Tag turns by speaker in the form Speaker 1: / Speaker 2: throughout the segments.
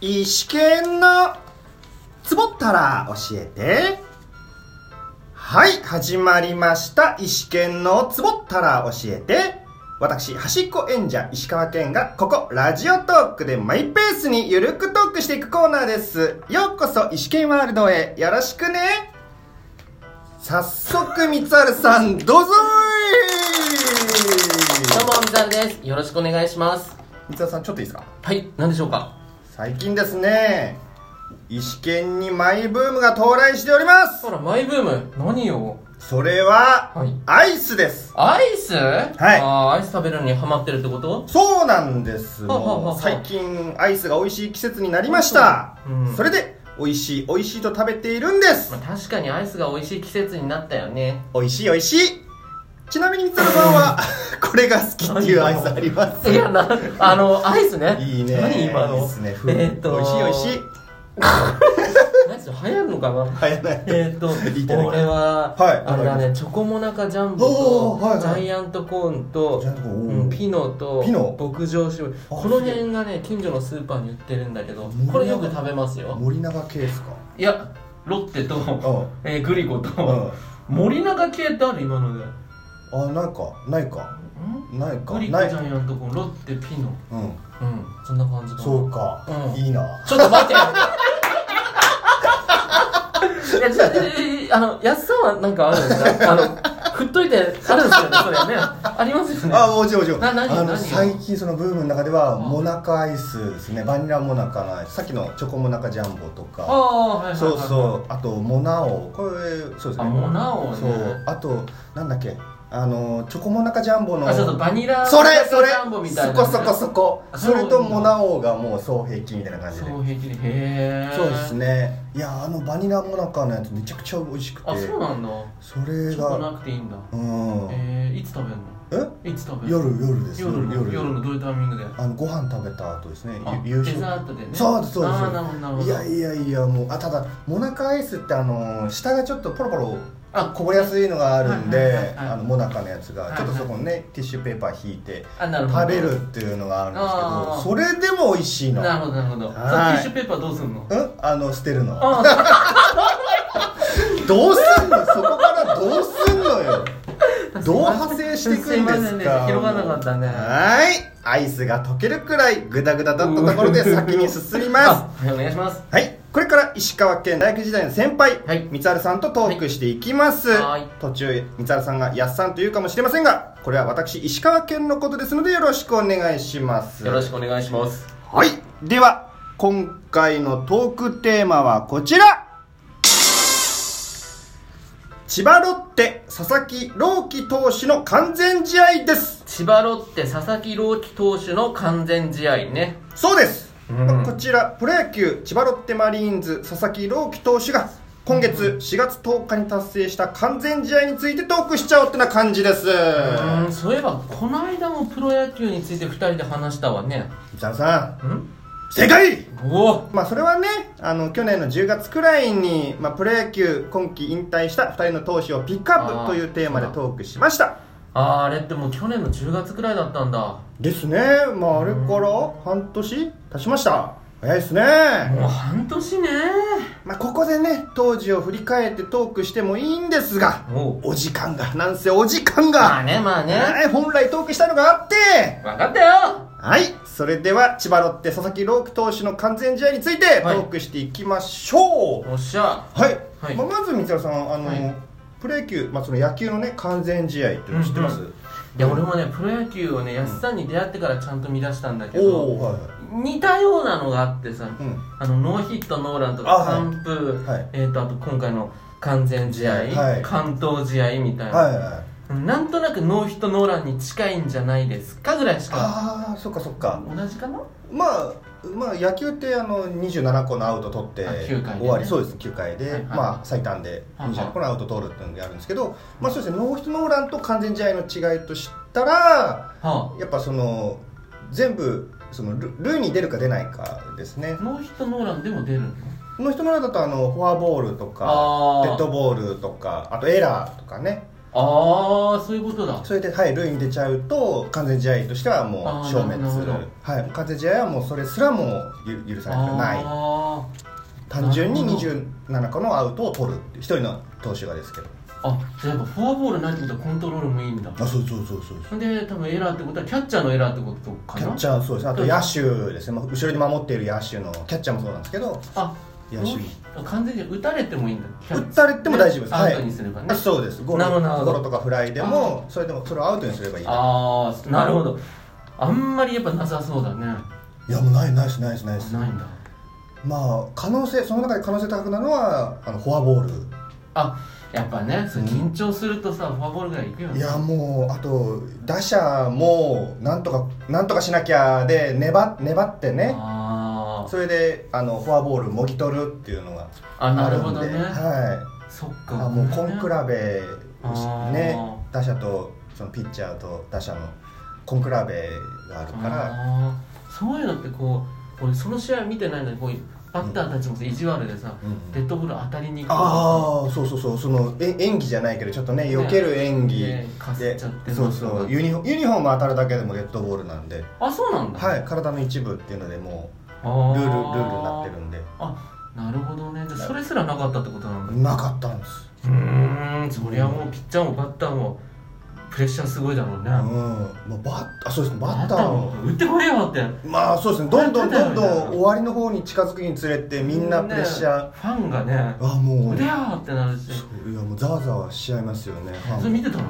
Speaker 1: 石剣のつぼったら教えてはい始まりました石剣のつぼったら教えて私端っこ演者石川県がここラジオトークでマイペースにゆるくトークしていくコーナーですようこそ石剣ワールドへよろしくね早速三春さんどうぞ
Speaker 2: どう
Speaker 1: ーい
Speaker 2: も、みざるです。よろしくお願いします。
Speaker 1: 三春さんちょっといいですか
Speaker 2: はい、何でしょうか
Speaker 1: 最近ですね石剣にマイブームが到来しております
Speaker 2: ほら、マイブーム。何よ
Speaker 1: それは、
Speaker 2: はい
Speaker 1: アイスです
Speaker 2: アイスはいあーアイス食べるのにハマってるってこと
Speaker 1: そうなんです
Speaker 2: はあはあはあ
Speaker 1: もう最近アイスが美味しい季節になりました、
Speaker 2: うん
Speaker 1: それで美味しい美味しいと食べているんです、
Speaker 2: まあ、確かにアイスが美味しい季節になったよね。
Speaker 1: 美味しい美味しいちなみに三沢さんはこれが好きっていうアイスあります
Speaker 2: いや、な、あの、アイスね。
Speaker 1: いいね
Speaker 2: 何今の。
Speaker 1: いいっすね
Speaker 2: え
Speaker 1: 美
Speaker 2: ーっと、
Speaker 1: 味しい美味しい
Speaker 2: 何それ流行るのかな
Speaker 1: 早ない
Speaker 2: えーっと
Speaker 1: いただきます
Speaker 2: 俺は、
Speaker 1: はい
Speaker 2: あれだ
Speaker 1: は
Speaker 2: ねチョコモナカジャン
Speaker 1: お
Speaker 2: ボ
Speaker 1: ー
Speaker 2: と、
Speaker 1: はいはい
Speaker 2: ジャイアントコーンと
Speaker 1: ジャイアントコーンおー
Speaker 2: うんピノと
Speaker 1: ピノ
Speaker 2: 牧場し
Speaker 1: あ
Speaker 2: この辺がね近所のスーパーに売ってるんだけどこれよく食べますよ
Speaker 1: 森永系ですか
Speaker 2: いやロッテと、えーグリコと、
Speaker 1: うん
Speaker 2: 森永系ってある今ので
Speaker 1: あなんかないかないか
Speaker 2: グリコジ
Speaker 1: ない
Speaker 2: ャイアントコーンロッテピノ
Speaker 1: うん
Speaker 2: うんそんな感じかな
Speaker 1: そうか、
Speaker 2: うん
Speaker 1: いいな
Speaker 2: ちょっと待っていやちょえあの安さんはなんかあるんですかあの振っといてあるんですよねそれねありますよね
Speaker 1: あもちろんもちろん
Speaker 2: な何
Speaker 1: あの
Speaker 2: 何
Speaker 1: 最近そのブームの中では
Speaker 2: うん
Speaker 1: モナカアイスですねバニラモナカのアイスさっきのチョコモナカジャンボと
Speaker 2: あ
Speaker 1: か
Speaker 2: あはいはいはい
Speaker 1: そうそうあとモナオこれそうですね
Speaker 2: あモナオね
Speaker 1: そうあとなんだっけあのチョコモナカジャンボの
Speaker 2: あちょっとバニラ
Speaker 1: それそれ
Speaker 2: ジャンボみたい
Speaker 1: そ
Speaker 2: な
Speaker 1: こそこそこ
Speaker 2: あ
Speaker 1: それ
Speaker 2: そ
Speaker 1: と
Speaker 2: うなんだ
Speaker 1: モナオがもう総平均みたいな感じで
Speaker 2: そう平気でへえ
Speaker 1: そうですねいやあのバニラモナカのやつめちゃくちゃ美味しくて
Speaker 2: あそうなんだ
Speaker 1: それ
Speaker 2: ちょっとな
Speaker 1: が
Speaker 2: くていいんだ
Speaker 1: うん
Speaker 2: えー、いつ食べるの
Speaker 1: え
Speaker 2: いつ食べる
Speaker 1: 夜夜です
Speaker 2: 夜の夜のどういうタイミングで
Speaker 1: あのご飯食べた後ですね
Speaker 2: あ
Speaker 1: ゆ夕食
Speaker 2: デザートでね
Speaker 1: そうですそうです
Speaker 2: あーなるほどなるほど
Speaker 1: いやいやいやもうあただモナカアイスってあの下がちょっとポロポロ
Speaker 2: あ
Speaker 1: こぼれやすいのがあるん
Speaker 2: はい
Speaker 1: で
Speaker 2: はいはいはい
Speaker 1: あのモナカのやつ
Speaker 2: はい
Speaker 1: が
Speaker 2: はい
Speaker 1: ちょっとそこにねティッシュペーパー引いて
Speaker 2: あなるほど
Speaker 1: 食べるっていうのがあ
Speaker 2: あー
Speaker 1: るんですけどそれでも美味しいの
Speaker 2: なるほどなるほどそのテ
Speaker 1: はい
Speaker 2: ィッシュペーパーどうすんの
Speaker 1: うんあの捨てるの
Speaker 2: あー
Speaker 1: どうすんのそこからどうすんの よどう派生していくんです
Speaker 2: すいませんね
Speaker 1: か
Speaker 2: 広がらなかったね
Speaker 1: はいアイスが溶けるくらいグダグダだったところで先に進みます
Speaker 2: あはいお願いします
Speaker 1: はい、これから石川県大学時代の先輩、
Speaker 2: はい
Speaker 1: 三春さんとトークしていきます、
Speaker 2: はいはい
Speaker 1: 途中三春さんが「やっさん」と言うかもしれませんがこれは私石川県のことですのでよろしくお願いします
Speaker 2: よろしくお願いします
Speaker 1: はいでは今回のトークテーマはこちら千葉ロッテ佐々木朗希投手の完全試合です
Speaker 2: 千葉ロッテ佐々木朗希投手の完全試合ね
Speaker 1: そうです、
Speaker 2: うん
Speaker 1: こちらプロ野球千葉ロッテマリーンズ佐々木朗希投手が今月4月10日に達成した完全試合についてトークしちゃおうってな感じです
Speaker 2: うんそういえばこの間もプロ野球について2人で話したわね
Speaker 1: 三沢さ
Speaker 2: うん
Speaker 1: ん正解
Speaker 2: おお
Speaker 1: まあそれはねあの去年の10月くらいに、まあ、プロ野球今季引退した2人の投手をピックアップ
Speaker 2: あー
Speaker 1: というテーマでトークしました
Speaker 2: あーあれってもう去年の10月くらいだったんだも
Speaker 1: ですねまああれから半年経ちました早いですね
Speaker 2: う半年ね
Speaker 1: まあここでね当時を振り返ってトークしてもいいんですが
Speaker 2: おう
Speaker 1: お時間がなんせお時間
Speaker 2: ま
Speaker 1: が、
Speaker 2: あねまあね
Speaker 1: はい本来トークしたいのがあって
Speaker 2: 分かったよ
Speaker 1: はいそれでは千葉ロッテ佐々木朗希投手の完全試合についてト
Speaker 2: はい
Speaker 1: ークしていきましょう
Speaker 2: おっしゃ
Speaker 1: はい、
Speaker 2: はい
Speaker 1: まあまず三田さんあの、
Speaker 2: はい
Speaker 1: プロ野球、まあ、その野球のね完全試合っていうの知ってます、
Speaker 2: うんいや俺もねプロ野球をね安さんに出会ってからちゃんと見出したんだけ
Speaker 1: お
Speaker 2: ど
Speaker 1: おはい
Speaker 2: 似たようなのがあってさ
Speaker 1: うん
Speaker 2: あのノーヒットノーランと
Speaker 1: あ
Speaker 2: か
Speaker 1: はい
Speaker 2: 完封、
Speaker 1: はい
Speaker 2: えー、とあと今回の完全試合、
Speaker 1: はい
Speaker 2: 関東試合みたいな、
Speaker 1: はいはい
Speaker 2: なんとなくノーヒットノーランに近いんじゃないですかぐらいしか
Speaker 1: ああそっかそっか
Speaker 2: 同じかな
Speaker 1: まあまあ野球ってあの27個のアウト取って
Speaker 2: あ
Speaker 1: 終
Speaker 2: 9回でね
Speaker 1: わりそうです9回で
Speaker 2: はいはい
Speaker 1: まあ最短で
Speaker 2: はいはい
Speaker 1: 27個のアウト取るっていうのがあるんですけどまあそうですねノーヒットノーランと完全試合の違いとしたら
Speaker 2: は
Speaker 1: やっぱその全部そのルルーに出るか出ないかですね
Speaker 2: あノーヒットノーランでも出るの
Speaker 1: ノーヒットノーランだとあのフォアボールとか
Speaker 2: あー
Speaker 1: デッドボールとかあとエラーとかね
Speaker 2: あああそういうことだ
Speaker 1: それで、はい、塁に出ちゃうと完全試合としてはもう
Speaker 2: あー
Speaker 1: 消滅
Speaker 2: なるほどなる
Speaker 1: はい、完全試合はもうそれすらもゆ許されてない
Speaker 2: あ
Speaker 1: 単純に
Speaker 2: なるほ
Speaker 1: 27個のアウトを取るっていう一人の投手がですけど
Speaker 2: ーあじゃあやっぱフォアボールないってことはコントロールもいいんだ
Speaker 1: あそうそうそうそうそう
Speaker 2: で多分エラーってことはキャッチャーのエラーってことか
Speaker 1: キ
Speaker 2: な
Speaker 1: ャッチャーそうですあと野手ですね、まあ、後ろに守っている野手のキャッチャーもそうなんですけど
Speaker 2: あ
Speaker 1: 野手
Speaker 2: あ完全に打たれてもいいんだキャッ
Speaker 1: 打たれても大丈夫です、
Speaker 2: ア
Speaker 1: は
Speaker 2: ウ
Speaker 1: い
Speaker 2: トにすればね、
Speaker 1: あそうですゴ
Speaker 2: なるほどなる
Speaker 1: ロ
Speaker 2: ほ
Speaker 1: ゴ
Speaker 2: ど
Speaker 1: ロとかフライでもそれでもそれをアウトにすればいいい
Speaker 2: ああなるほどあんまりやっぱなさそうだね
Speaker 1: やもうないないですないですないです
Speaker 2: ないんだ
Speaker 1: まあ可能性その中で可能性高くなるのはあのフォアボール
Speaker 2: あやっぱねそれ緊張するとさ、フォアボールぐらいいくよ
Speaker 1: い
Speaker 2: ね
Speaker 1: やもうあと打者もなんとかなんとかしなきゃで粘粘ってね
Speaker 2: あ
Speaker 1: それであのフォアボールもぎ取るっていうのが
Speaker 2: ーあな
Speaker 1: あ
Speaker 2: る
Speaker 1: る
Speaker 2: ほ
Speaker 1: んで
Speaker 2: どね
Speaker 1: はい
Speaker 2: そっか
Speaker 1: あもう根比べ
Speaker 2: あー
Speaker 1: ね打者とそのピッチャーと打者の根比べがあるから
Speaker 2: あーそういうのってこう俺その試合見てないのにこういうバッターたちもさ意地悪でさ、
Speaker 1: うんうん
Speaker 2: デッドボール当たりに行く
Speaker 1: ああそうそうそうそのえ演技じゃないけどちょっとね
Speaker 2: ね
Speaker 1: 避ける演技
Speaker 2: ねかすっ
Speaker 1: で
Speaker 2: ちゃって
Speaker 1: そうそうユニフォユニフォーム当たるだけでもレッドボールなんで
Speaker 2: あそうなんだ
Speaker 1: はい体の一部っていうのでも
Speaker 2: ル
Speaker 1: うルールルールになってるんで
Speaker 2: あなるほどねじゃあそれすらなかったってことなんだ
Speaker 1: なかったんです
Speaker 2: うーんそりゃもうピッチャーもバッターもプレッシャーすごいだろうね、
Speaker 1: うんもうバッあそうですねバッターも
Speaker 2: 打ってこいよって
Speaker 1: まあそうですねどんどんどんど
Speaker 2: バッターだ
Speaker 1: ん
Speaker 2: よ
Speaker 1: 終わりの方に近づくにつれてみんなプレッシャー
Speaker 2: ねファンがね
Speaker 1: あもう
Speaker 2: 腕よってなるし
Speaker 1: そういやもうざわざわしちゃいますよね
Speaker 2: それ見てたの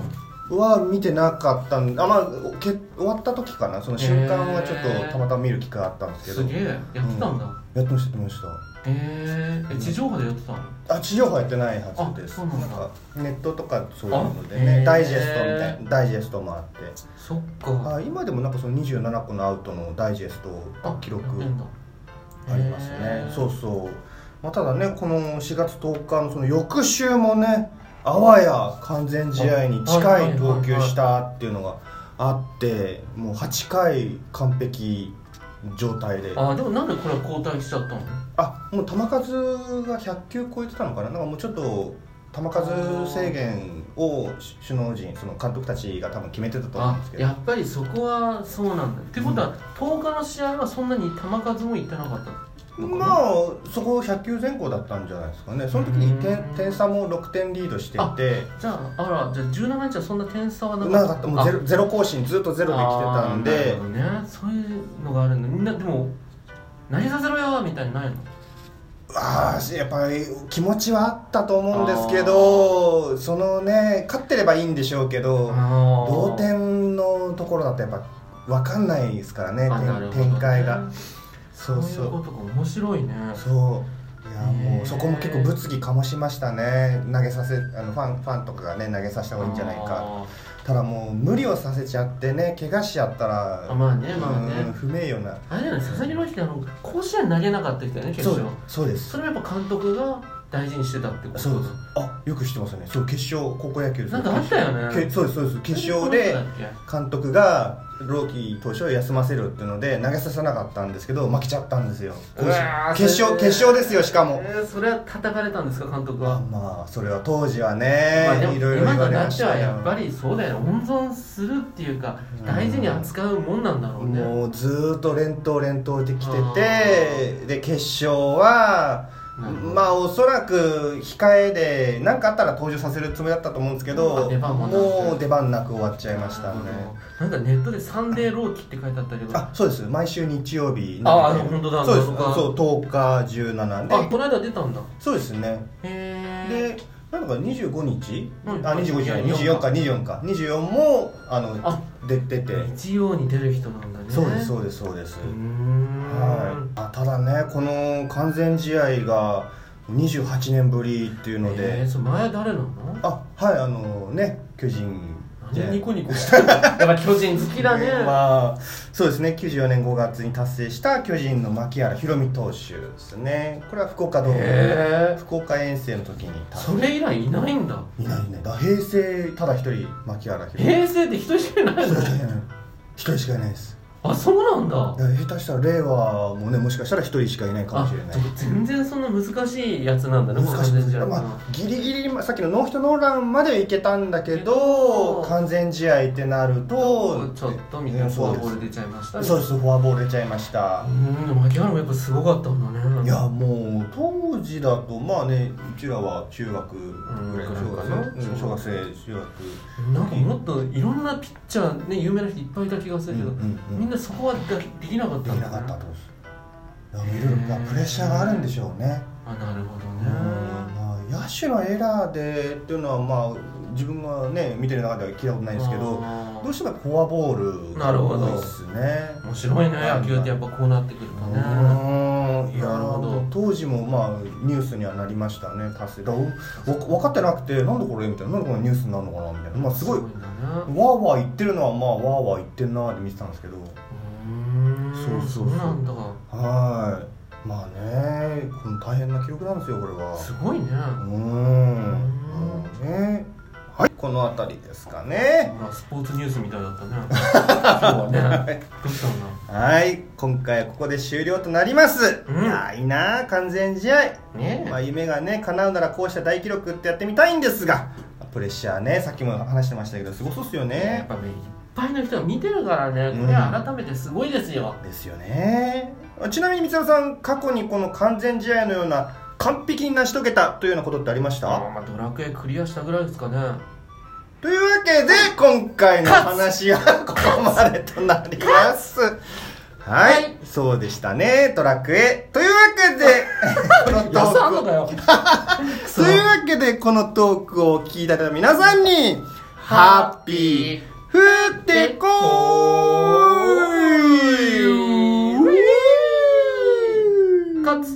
Speaker 1: は見てなかったんあまあおけ終わった時かなその瞬間はちょっ
Speaker 2: へー
Speaker 1: とたまたま見る機会あったんですけど
Speaker 2: すげえやってたんだ、
Speaker 1: やってましたやってまし
Speaker 2: へええ地上波でやってたの
Speaker 1: たあ地上波やってないはずです
Speaker 2: あそうなんだ
Speaker 1: かネットとかそういうので
Speaker 2: あへ
Speaker 1: ね
Speaker 2: ー
Speaker 1: ダイジェストみたいなダイジェストもあって
Speaker 2: そっか
Speaker 1: あ今でもなんかその27個のアウトのダイジェスト記録
Speaker 2: やってんだ
Speaker 1: ありますね
Speaker 2: へー
Speaker 1: そうそう、まあ、ただねこの4月10日のその翌週もねあわや完全試合に近い投球したっていうのがあってもう8回完璧状態で
Speaker 2: あでもなんでこれは交代しちゃったの
Speaker 1: あもう球数が100球超えてたのかななんかもうちょっと球数制限を首脳陣その監督たちが多分決めてたと思うん
Speaker 2: あ
Speaker 1: ですけど
Speaker 2: やっぱりそこはそうなんだってことは、10日の試合はそんなに球数もいってなかったのかな
Speaker 1: まあそこ100球前後だったんじゃないですかねその時に点
Speaker 2: うん
Speaker 1: 点差も6点リードしていて
Speaker 2: じゃああらじゃあ17日はそんな点差はな
Speaker 1: なかったもうゼロ
Speaker 2: あ
Speaker 1: ゼロ更新ずっとゼロで来てたん
Speaker 2: あーなる
Speaker 1: で
Speaker 2: ほどねそういうのがあるんだみんなでも投げさせろよみたいにないの
Speaker 1: ああやっぱり気持ちはあったと思うんですけどそのね勝ってればいいんでしょうけど
Speaker 2: あー
Speaker 1: 同点のところだとやっぱ分かんないですからね
Speaker 2: あなるほど
Speaker 1: 展
Speaker 2: ね
Speaker 1: 展開がそうう
Speaker 2: そい
Speaker 1: そう
Speaker 2: こ
Speaker 1: う
Speaker 2: とが面白いね
Speaker 1: そういや
Speaker 2: へ
Speaker 1: も
Speaker 2: ー
Speaker 1: うそこも結構物議かもしましたね投げさせあのファンファンとかがね投げさせた方がいいんじゃないかただもう無理をさせちゃってね怪我しちゃったら
Speaker 2: あまあねまあね
Speaker 1: うん不名誉な
Speaker 2: あーあれだよね佐々木朗希ってあの甲子園投げなかった人だよね決
Speaker 1: そ
Speaker 2: 勝
Speaker 1: うそうです
Speaker 2: それもやっぱ監督が大事にしてたってこと
Speaker 1: そうですあよく知ってますねそう決勝高校野球です
Speaker 2: なんかあったよね
Speaker 1: けそうですそうです決勝
Speaker 2: そ
Speaker 1: で
Speaker 2: うだっけ
Speaker 1: 監督が朗希投手を休ませるっていうので投げさせなかったんですけど負けちゃったんですよ
Speaker 2: うわー
Speaker 1: 決
Speaker 2: そ
Speaker 1: 勝
Speaker 2: れ
Speaker 1: 決勝ですよしかも
Speaker 2: えーそれは叩かれたんですか監督は
Speaker 1: あまあそれは当時はね、
Speaker 2: まあでも
Speaker 1: いろいろ言わ
Speaker 2: 今と
Speaker 1: れ
Speaker 2: な
Speaker 1: ま
Speaker 2: っ
Speaker 1: してた
Speaker 2: は
Speaker 1: よ
Speaker 2: やっぱりそうだよね温存するっていうか
Speaker 1: うん
Speaker 2: 大事に扱うもんなんだろうね
Speaker 1: もうずーっと連投連投できて
Speaker 2: あ
Speaker 1: てで決勝は
Speaker 2: なるほど
Speaker 1: まあおそらく控えで何かあったら登場させるつもりだったと思うんですけど
Speaker 2: あ出番もなく
Speaker 1: もう出番なく終わっちゃいましたね
Speaker 2: なんかネットで「サンデーローキ」って書いてあったけど
Speaker 1: あそうです毎週日曜日
Speaker 2: ああ本当だ
Speaker 1: そうです
Speaker 2: 7日
Speaker 1: そう10日17
Speaker 2: あ
Speaker 1: で
Speaker 2: この間出たんだ
Speaker 1: そうですね
Speaker 2: へえ
Speaker 1: でなんだか25日、
Speaker 2: うん
Speaker 1: あ25日じゃない24か24か24もあの
Speaker 2: あ
Speaker 1: 出てて
Speaker 2: 日曜に出る人なんだね
Speaker 1: そうですそううですそうです、
Speaker 2: ーん
Speaker 1: はい、あただねこの完全試合が28年ぶりっていうの
Speaker 2: え
Speaker 1: で
Speaker 2: ー、、それ前誰なの
Speaker 1: あはいあのね巨人
Speaker 2: 何ニコニコし てるやっぱ巨人好きだね、
Speaker 1: まあそうですね94年5月に達成した巨人の牧原宏美投手ですねこれは福岡ドーム、
Speaker 2: へえ
Speaker 1: 福岡遠征の時に達
Speaker 2: それ以来いないんだ
Speaker 1: 成いないいないだ平成ただ一人牧原宏美
Speaker 2: 平成って人しかいないの
Speaker 1: 一人しかいないです
Speaker 2: あそうなんだ
Speaker 1: だから下手したら令和もねもしかしたら一人しかいないかもしれない
Speaker 2: あ全然そんな難しいやつなんだね
Speaker 1: 難しいです
Speaker 2: じゃあ
Speaker 1: まあ、ギリギリまさっきのノーヒットノーランまではいけたんだけど
Speaker 2: うん
Speaker 1: 完全試合ってなると
Speaker 2: ちょっとみたいな
Speaker 1: ね
Speaker 2: フォ
Speaker 1: そう
Speaker 2: ア
Speaker 1: で
Speaker 2: ボー
Speaker 1: す
Speaker 2: ル出ちゃいました
Speaker 1: そう
Speaker 2: う
Speaker 1: ですフォアボール出ちゃいました
Speaker 2: う、んでも槙原もやっぱすごかったんだね
Speaker 1: いやもう当時だとまあねうちらは中学ぐらいの小学
Speaker 2: うん
Speaker 1: 生小学生中学
Speaker 2: なんかもっといろんなピッチャーね有名な人いっぱいいた気がするけど、
Speaker 1: うんうんうん
Speaker 2: みんなそこはでできなかっ
Speaker 1: で
Speaker 2: た
Speaker 1: き
Speaker 2: ん
Speaker 1: な
Speaker 2: だ
Speaker 1: か
Speaker 2: ね
Speaker 1: ったといやいろいろまあプレッシャーがあるんでしょうね
Speaker 2: あなるほど
Speaker 1: うん
Speaker 2: ね
Speaker 1: まあ野手のエラーでっていうのはまあ自分がね見てる中では聞いたことないんですけど
Speaker 2: あー
Speaker 1: どうしてもフォアボールが多いですね
Speaker 2: 面白いね
Speaker 1: はい
Speaker 2: 野球ってやっぱこうなってくると
Speaker 1: う
Speaker 2: ね
Speaker 1: ーんいや
Speaker 2: なるほど
Speaker 1: 当時もまあニュースにはなりましたね達成だからわ分かってなくてなんでこれみたいななんでこのニュースになるのかなみたいなまあすごいわ
Speaker 2: んだね
Speaker 1: ーわー言ってるのはまあわーわー言ってんなーって見てたんですけど
Speaker 2: うーん
Speaker 1: そうそうそう
Speaker 2: なんだ
Speaker 1: はーいまあねこの大変な記録なんですよこれは
Speaker 2: すごいね
Speaker 1: うーんもうねはいこの辺りですかね
Speaker 2: ほらスポーツニュースみたいだったね今日はねどうしたんだ
Speaker 1: はい今回はここで終了となります、
Speaker 2: うん
Speaker 1: いやーいいなー完全試合
Speaker 2: ねえ
Speaker 1: まあ、夢がね叶うならこうした大記録ってやってみたいんですがプレッシャーねさっきも話してましたけどすごそうっすよ
Speaker 2: やっ
Speaker 1: ね
Speaker 2: ぱねいっぱいの人が見てるからね
Speaker 1: うん
Speaker 2: これは改めてすごいですよ
Speaker 1: ですよねちなみに三沢さん過去にこの完全試合のような完璧に成し遂げたというようなことってありまし
Speaker 2: あ
Speaker 1: た
Speaker 2: まあドラクエクリアしたぐらいですかね
Speaker 1: というわけで今回の話はここまでとなりますはい、
Speaker 2: はい
Speaker 1: そうでしたねドラクエというわけでこ のトーク
Speaker 2: 安あんのかよ
Speaker 1: というわけで、このトークを聞いた皆さんに、ハッピー、ふってこーい
Speaker 2: 勝つ